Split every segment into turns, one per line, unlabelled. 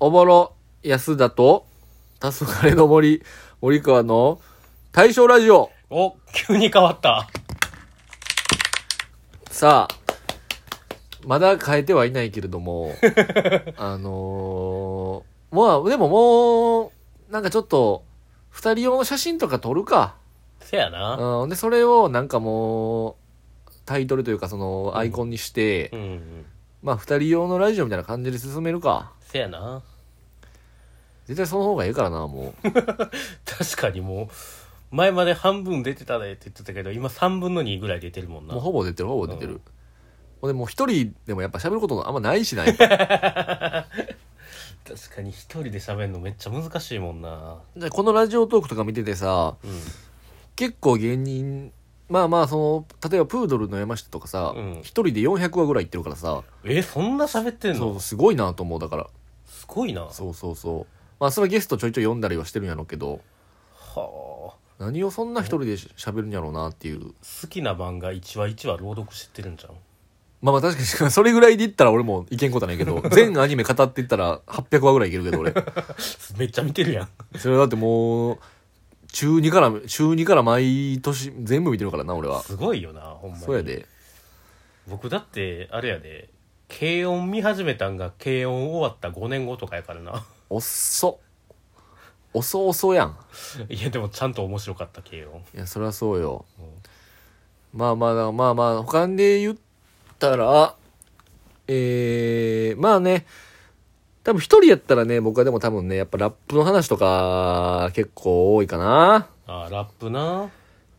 おぼろ安田と、たすがれの森、森川の大正ラジオ。
お、急に変わった。
さあ、まだ変えてはいないけれども、あのー、まあ、でももう、なんかちょっと、二人用の写真とか撮るか。
せやな。
うん。で、それをなんかもう、タイトルというかその、アイコンにして、
うんうん。
まあ、二人用のラジオみたいな感じで進めるか。
せやな。
絶対その方がええからな、もう。
確かにもう、前まで半分出てたでって言ってたけど、今3分の2ぐらい出てるもんな
もう。ほぼ出てる、ほぼ出て
う
る
ん。
ほんで、もう一人でもやっぱ喋ることあんまないしない。
確かに一人で喋るのめっちゃ難しいもんな。
でこのラジオトークとか見ててさ
う
結構芸人まあまあその例えばプードルの山下とかさ一、
うん
人で400話ぐらいいってるからさ
ん。え、そんな喋ってん
そ
の
うすごいなと思うだから
すごいな。は
そうそうそうまあそれはゲストちょいちょい読んだりはしてるんやろうけど
あ。好
何をそんな一人でしゃべるんやろうなっていう
きな漫画1話1話朗読してるんじゃん。
まあまあ確かに それぐらいでいったら俺もいけんことはないけ ど全アニメ語っていったら800話ぐらいいけるけど俺
めっちゃ見てるやん。
それはだってもう中2から中2から毎年全部見てるからな俺は
すごいよな、ほんまに。
そうやで
僕だって、あれやで、軽音見始めたんが軽音終わった5年後とかやからな。
遅っ遅遅やん
いやでもちゃんと面白かった軽音
いやそりゃそうよ
うん
まあまあまあまあ他で言ったらえー、まあね多分一人やったらね僕はでも多分ねやっぱラップの話とか結構多いかな
ああラップな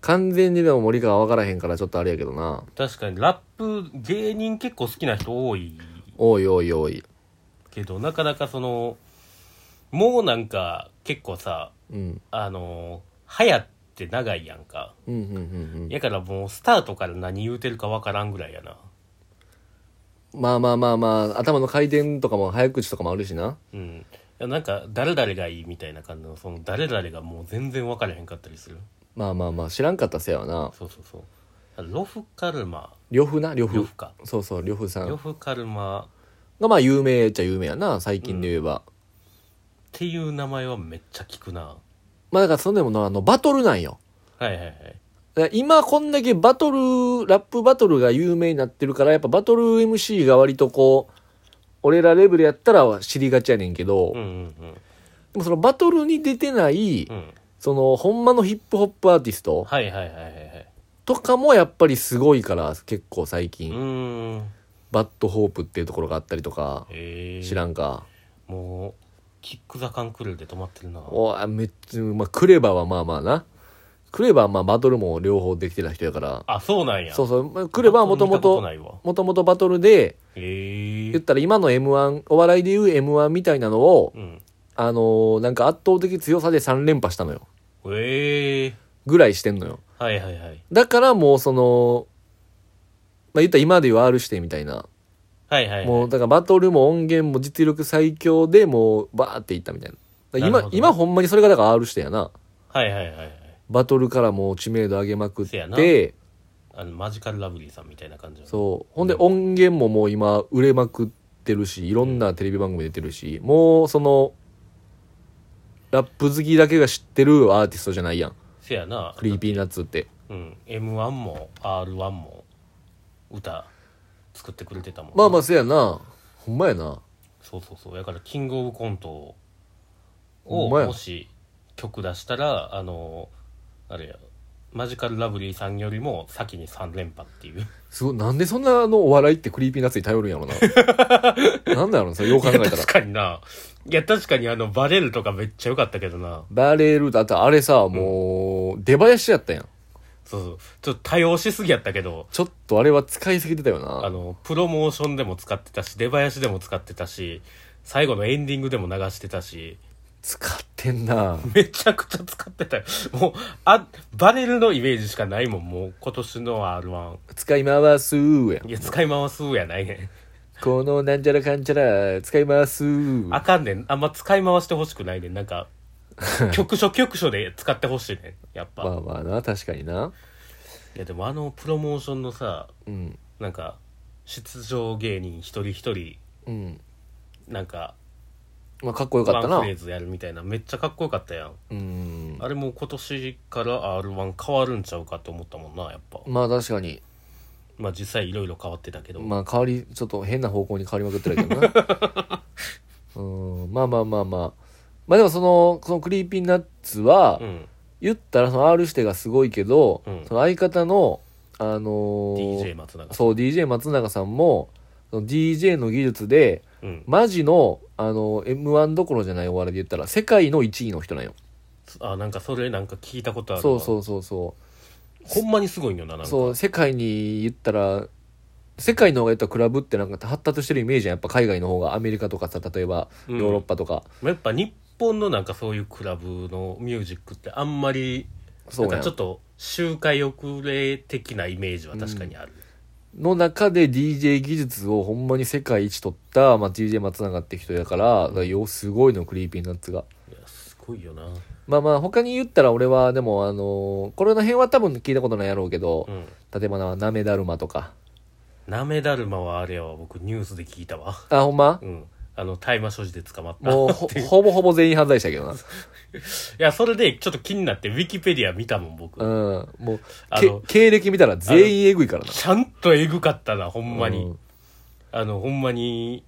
完全にでも森川分からへんからちょっとあれやけどな
確かにラップ芸人結構好きな人多い
おいおいおい
けどなかなかそのもうなんか結構さ
うん
あのー流行って長いやんか
うんうんうん
やからもうスタートから何言うてるかわからんぐらいやな
うんまあまあまあまあ頭の回転とかも早口とかもあるしな
うんいやなんか誰々がいいみたいな感じのその誰々がもう全然分からへんかったりする
まあまあまあ知らんかったせやわな
そうそうそうロフカルマ
呂布な呂
呂
布
布か
そうそう呂布さん
ロフカルマっ
がまあ有名っちゃ有名やな最近で言えば、
ていう名前はめっちゃ聞くな
まあだからそんでもなあのバトルなんよ
はいはいはい
だから今こんだけバトルラップバトルが有名になってるからやっぱバトル MC が割とこう俺らレベルやったら知りがちやねんけど、
う
で
んうん
もそのバトルに出てない、
うんうん
そのほんまのヒップホップアーティスト
はいはいはいはいはい
とかもやっぱりすごいから結構最
う
近、
ーん
バッドホープっていうところがあったりとか
へえ
知らんか、
もうキック・ザ・カンクルーで止まってるな
おあめっちゃ、まあ、クレバーはまあまあなクレバーはまあバトルも両方できてた人やから
あそうなんや
そうそうまあクレバーはもとも
バトル見たことないわ
もともとバトルで、
へ
言っ
え
たら今の M1、お笑いで言う M1 みたいなのを、
うん
あのーなんか圧倒的強さで3連覇したのよ。
へえ
ぐらいしてんのよ。
はいはいはい
だからもうその、まあ、言ったら今で言う R してみたいな。
はいはいはい
もうだからバトルも音源も実力最強でもうバーっていったみたいな。だから今、
なるほどね
今ほんまにそれがだから R してやな。
はいはいはいはい
バトルからもう知名度上げまくっ
せやな
て、
あのマジカル・ラブリーさんみたいな感じの
そう。ほんで音源ももう今売れまくってるし、いろんなテレビ番組出てるし、もうその、ラップ好きだけが知ってるアーティストじゃないやん。
せやな
クリーピーナッツって。
うん、M1 も R1 も歌作ってくれてたもん
まあまあ、せやな。ほんまやな。
そうそうそうだからキングオブコント
ほ
を
んまや
もし曲出したらあのあれやマジカルラブリーさんよりも先に3連覇っていう
すごい。なんでそんなあのお笑いってクリーピーナッツに頼るんや ろな。なんだろうな、それよう考えたら
確。かにないや確かにあのバレルとかめっちゃ良かったけどな
バレルだってあれさ、もう、出囃子やったやん。
そうそうちょっと多用しすぎやったけど
ちょっとあれは使いすぎてたよ
あ
な。
のプロモーションでも使ってたし出囃子でも使ってたし最後のエンディングでも流してたし
使ってんな。
めちゃくちゃ使ってたよ。もう、あ、バレルのイメージしかないもん、もう、今年の R1。
使い回すやん
い。や、使い回すやないね
このなんちゃらかんちゃら、使い回す
ん。あかんねん。あんま使い回してほしくないねん。な んか、局所局所で使ってほしいねん。やっぱ。
まあまあな確かにない
や、でもあの、プロモーションのさ、
うん
なんか、出場芸人一人一人、
うん
なんか、
まあ、かっこよか
ワ
っ
ン
たな
フレーズやるみたいなめっちゃかっこよかったやん
うん
あれもう今年から r 1変わるんちゃうかって思ったもんなやっぱ
まあ確かに
まあ実際いろいろ変わってたけど、
まあ変わりちょっと変な方向に変わりまくってるけどなう んまあまあまあまあまあでもそのそのクリーピーナッツは、
うん
言ったらその R 指定がすごいけど、
うん
その相方のあのー
DJ 松永さ
そう DJ 松永さんもその DJ の技術で
ん、うん、
マジのあの m 1どころじゃないお笑いで言ったら世界の1位の人なんよ
あなんかそれなんか聞いたことある
そうそううそうそう
ほんまにすごいんよななんか
そう世界に言ったら世界の方が言ったらクラブってなんか発達してるイメージやんやっぱ海外の方がアメリカとかさ例えば
う
ヨ
ん
ーロッパとか、
やっぱ日本のなんかそういうクラブのミュージックってあんまり
そ
なん
うや
か
ん
ちょっと周回遅れ的なイメージは確かにある、
の中で DJ 技術をほんまに世界一取った、まあ、DJ 松永って人やからだからよすごいのクリーピーナッツが
いやすごいよな
まあまあ他に言ったら俺はでもあのーこれの辺は多分聞いたことないやろうけど
う、ん
例えばななめだるまとか
なめだるまはあれは僕ニュースで聞いたわ
あほんま
うんあの大麻所持で捕まった
もうほほぼほぼ全員犯罪者やけどな
いやそれでちょっと気になってウィキペディア見たもん僕、
うんもう
あ
け
の
経歴見たら全員えぐいからな
ちゃんとえぐかったなほんまに、
うん
あのほんまに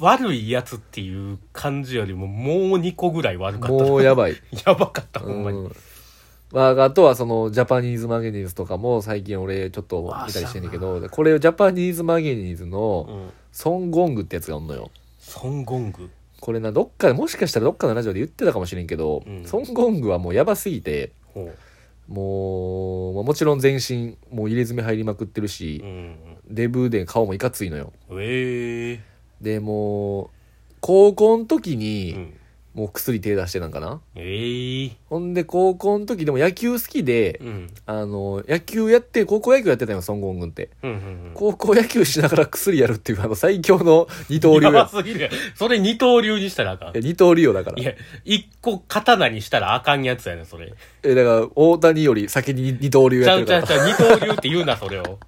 悪いやつっていう感じよりももう2個ぐらい悪かった
もうやばい、
やばかったほ
うん
まに、
んまあ、あとはそのジャパニーズマゲニーズとかも最近俺ちょっと見たりしてんねんけどこれジャパニーズマゲニーズの
うん、
ソン・ゴングってやつがおんのよ
ソン・ゴング
これなどっかでもしかしたらどっかのラジオで言ってたかもしれんけど、
うん
ソン・ゴングはもうやばすぎて
ほ
もう、まあもちろん全身もう入れ墨入りまくってる
う、
し
う、ん、
デブで顔もいかついのよ
ええ
でもう高校の時に、
うん、
もう薬手出してなんかな
ええ
ほんで高校の時でも野球好きで、
うん
あの野球やって高校野球やってたよソン・ゴングって
うんうん
高校野球しながら薬やるっていうあの最強の二
う
刀
ん、
流や
やばすぎるやんそれ二刀流にしたらあかん
いや二刀流よだから
いや一個刀にしたらあかんやつやねんそれ
えだから大谷より先に二刀流
ち
や
ゃ
って
う
る
ちゃ
か
う
ら
ちゃう二刀流って言うなそれを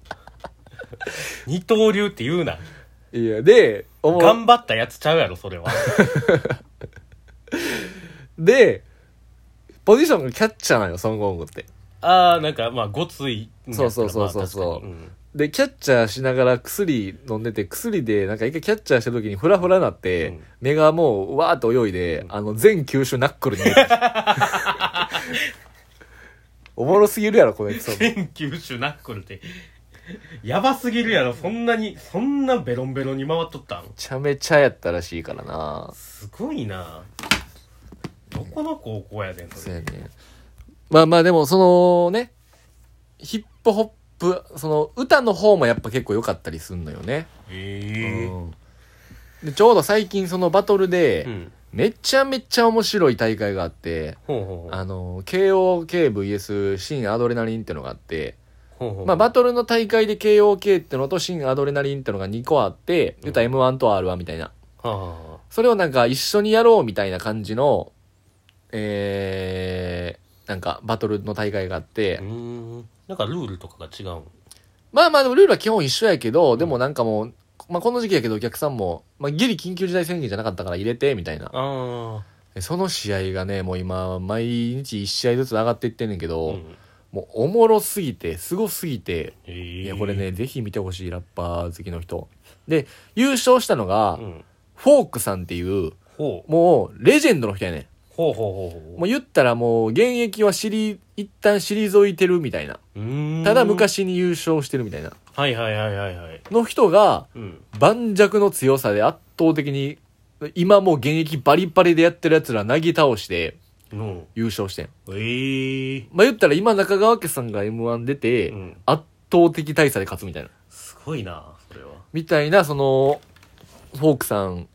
二刀流って言うない
やでおも
頑張ったやつちゃうやろそれは
でポジションがキャッチャーなんよソン・ゴングって
ああなんかまあごついんやったら
そうそうそうそう
まあ確かにん
でキャッチャーしながら薬飲んでて薬でなんか一回キャッチャーした時にフラフラなって、
うん
目がもうわーっと泳いで、あの全球種ナックルに見えた おもろすぎるやろこのエピソード
全九州ナックルってやばすぎるやろそんなにそんなベロンベロンに回っとったん
めちゃめちゃやったらしいからな
すごいなどこの高校やねんそ
そう
れ
やねまあまあでもそのねヒップホップその歌の方もやっぱ結構良かったりすんのよね、
え
うんでちょうど最近そのバトルで、
えうん
めちゃめちゃ面白い大会があって、
ほうほうほう
あの、KOKVS 新アドレナリンってのがあって、
ほうほう
まあバトルの大会で KOK ってのと新アドレナリンってのが2個あって、言ったら M1 と R1 みたいな。
はあはあ
それをなんか一緒にやろうみたいな感じの、えー、なんかバトルの大会があって
う、ーんなんかルールとかが違うん
まあまあでもルールは基本一緒やけど、でもなんかもう、まあこの時期やけどお客さんも、まあギリ緊急事態宣言じゃなかったから入れて、みたいな。
あ
その試合がね、もう今、毎日1試合ずつ上がっていってんねんけ
あ
ど、
うん
もうおもろすぎて、すごすぎて、
ええ
いや、これね、ぜひ見てほしい、ラッパー好きの人。で、優勝したのが、
うん
フォークさんっていう、
ほう
もう、レジェンドの人やね。
ほうほうほうんほ
もう言ったらもう、現役は知り、一旦退いてるみたいな。
ううーん
ただ昔に優勝してるみたいな。
はいはいはいはいはい
の人が、
うん
盤石の強さで圧倒的に、今もう現役バリバリでやってる奴らなぎ倒して
うん
優勝してん。
ええ
まあ、言ったら今中川家さんが M1 出て、
うん
圧倒的大差で勝つみたいな。
すごいなそれは
みたいな、その、フォークさん。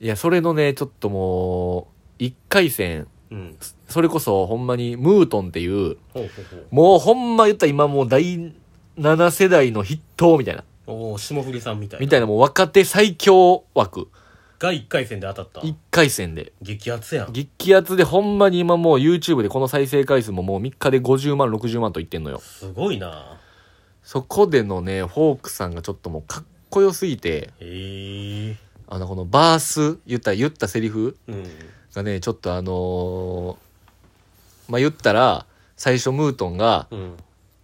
いや、それのね、ちょっともう、一回戦、
うん
それこそほんまにムートンっていう、
ほうほうほう
もうほんま言ったら今もう第7世代の筆頭みたいな、
おお霜降りさんみたいな
みたいなもう若手最強枠、
が1回戦で当たった
一回戦で。
激アツやん
激アツでほんまに今もう YouTube でこの再生回数ももう3日で50万、60万と言ってんのよ。
すごいな
そこでのね、フォークさんがちょっともうかっこよすぎて、
へえ
あの、このバース、言った、言ったセリフ
うん
がね、ちょっとあのーまあ、言ったら、最初ムートンが、
うん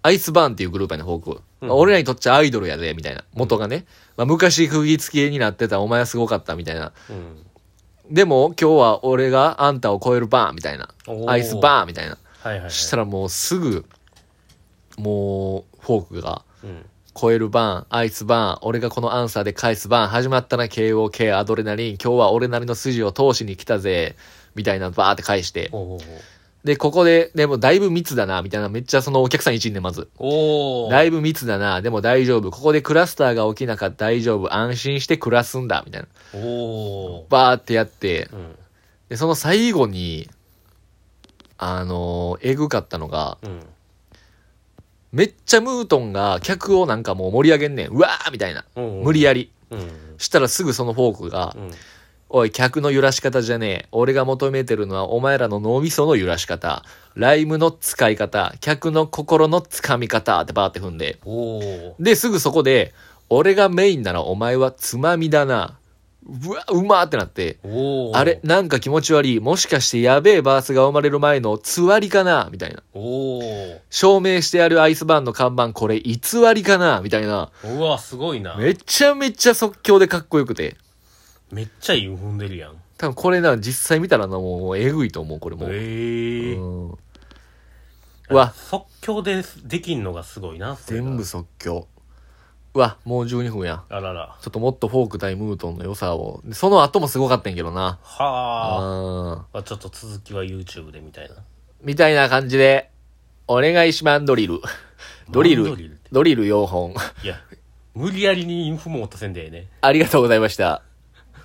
アイスバーンっていうグループやね、ホーク。
うん
まあ俺らにとっちゃアイドルやで、みたいな。元がね。まあ、昔、釘付けになってた、お前はすごかった、みたいな。
うん
でも、今日は俺があんたを超えるバーン、みたいな。
おー
アイスバーン、みたいな。
はいはいはい
したらもうすぐ、もう、フォークが、
うん
超えるバーン、アイスバーン、俺がこのアンサーで返すバーン、始まったな、KOK、アドレナリン、今日は俺なりの筋を通しに来たぜ、みたいな、バーって返して。
おー
で、ここで、でもだいぶ密だな、みたいな、めっちゃそのお客さん一員で、まず。
おー
だいぶ密だな、でも大丈夫。ここでクラスターが起きなかった大丈夫。安心して暮らすんだ、みたいな。
おー
バーってやって、
うん
で、その最後に、あのーえぐかったのが、
うん
めっちゃムートンが客をなんかもう盛り上げんねん。うわーみたいな。
うん
無理やり。
うん
したらすぐそのフォークが
う、ん
おい、客の揺らし方じゃねえ。俺が求めてるのはお前らの脳みその揺らし方。ライムの使い方。客の心のつかみ方ってバーって踏んで。
おー
で、すぐそこで、俺がメインならお前はつまみだな。うわ、うまーってなって。
おー
あれなんか気持ち悪い。もしかしてやべえバースが生まれる前のつわりかなみたいな。
おー
証明してあるアイスバーンの看板これ偽りかなみたいな。
うわすごいな
めちゃめちゃ即興でかっこよくて。
めっちゃいい踏んでるやん
多分これな、実際見たらな、もうえぐいと思う、これもう。
ええ
うんうわ、
即興でできんのがすごいなそれが
全部即興。うわ、もう12分や。
あらら
ちょっともっとフォーク対ムートンの良さを。でその後もすごかったんやけどな。
は
うん。
あちょっと続きは YouTube でみたいな
みたいな感じで、お願いしマンドリル。ドリ
マンドリルっ
ル
て、
ドリル4本。
いや無理やりにインフモートせんでええね
ありがとうございました。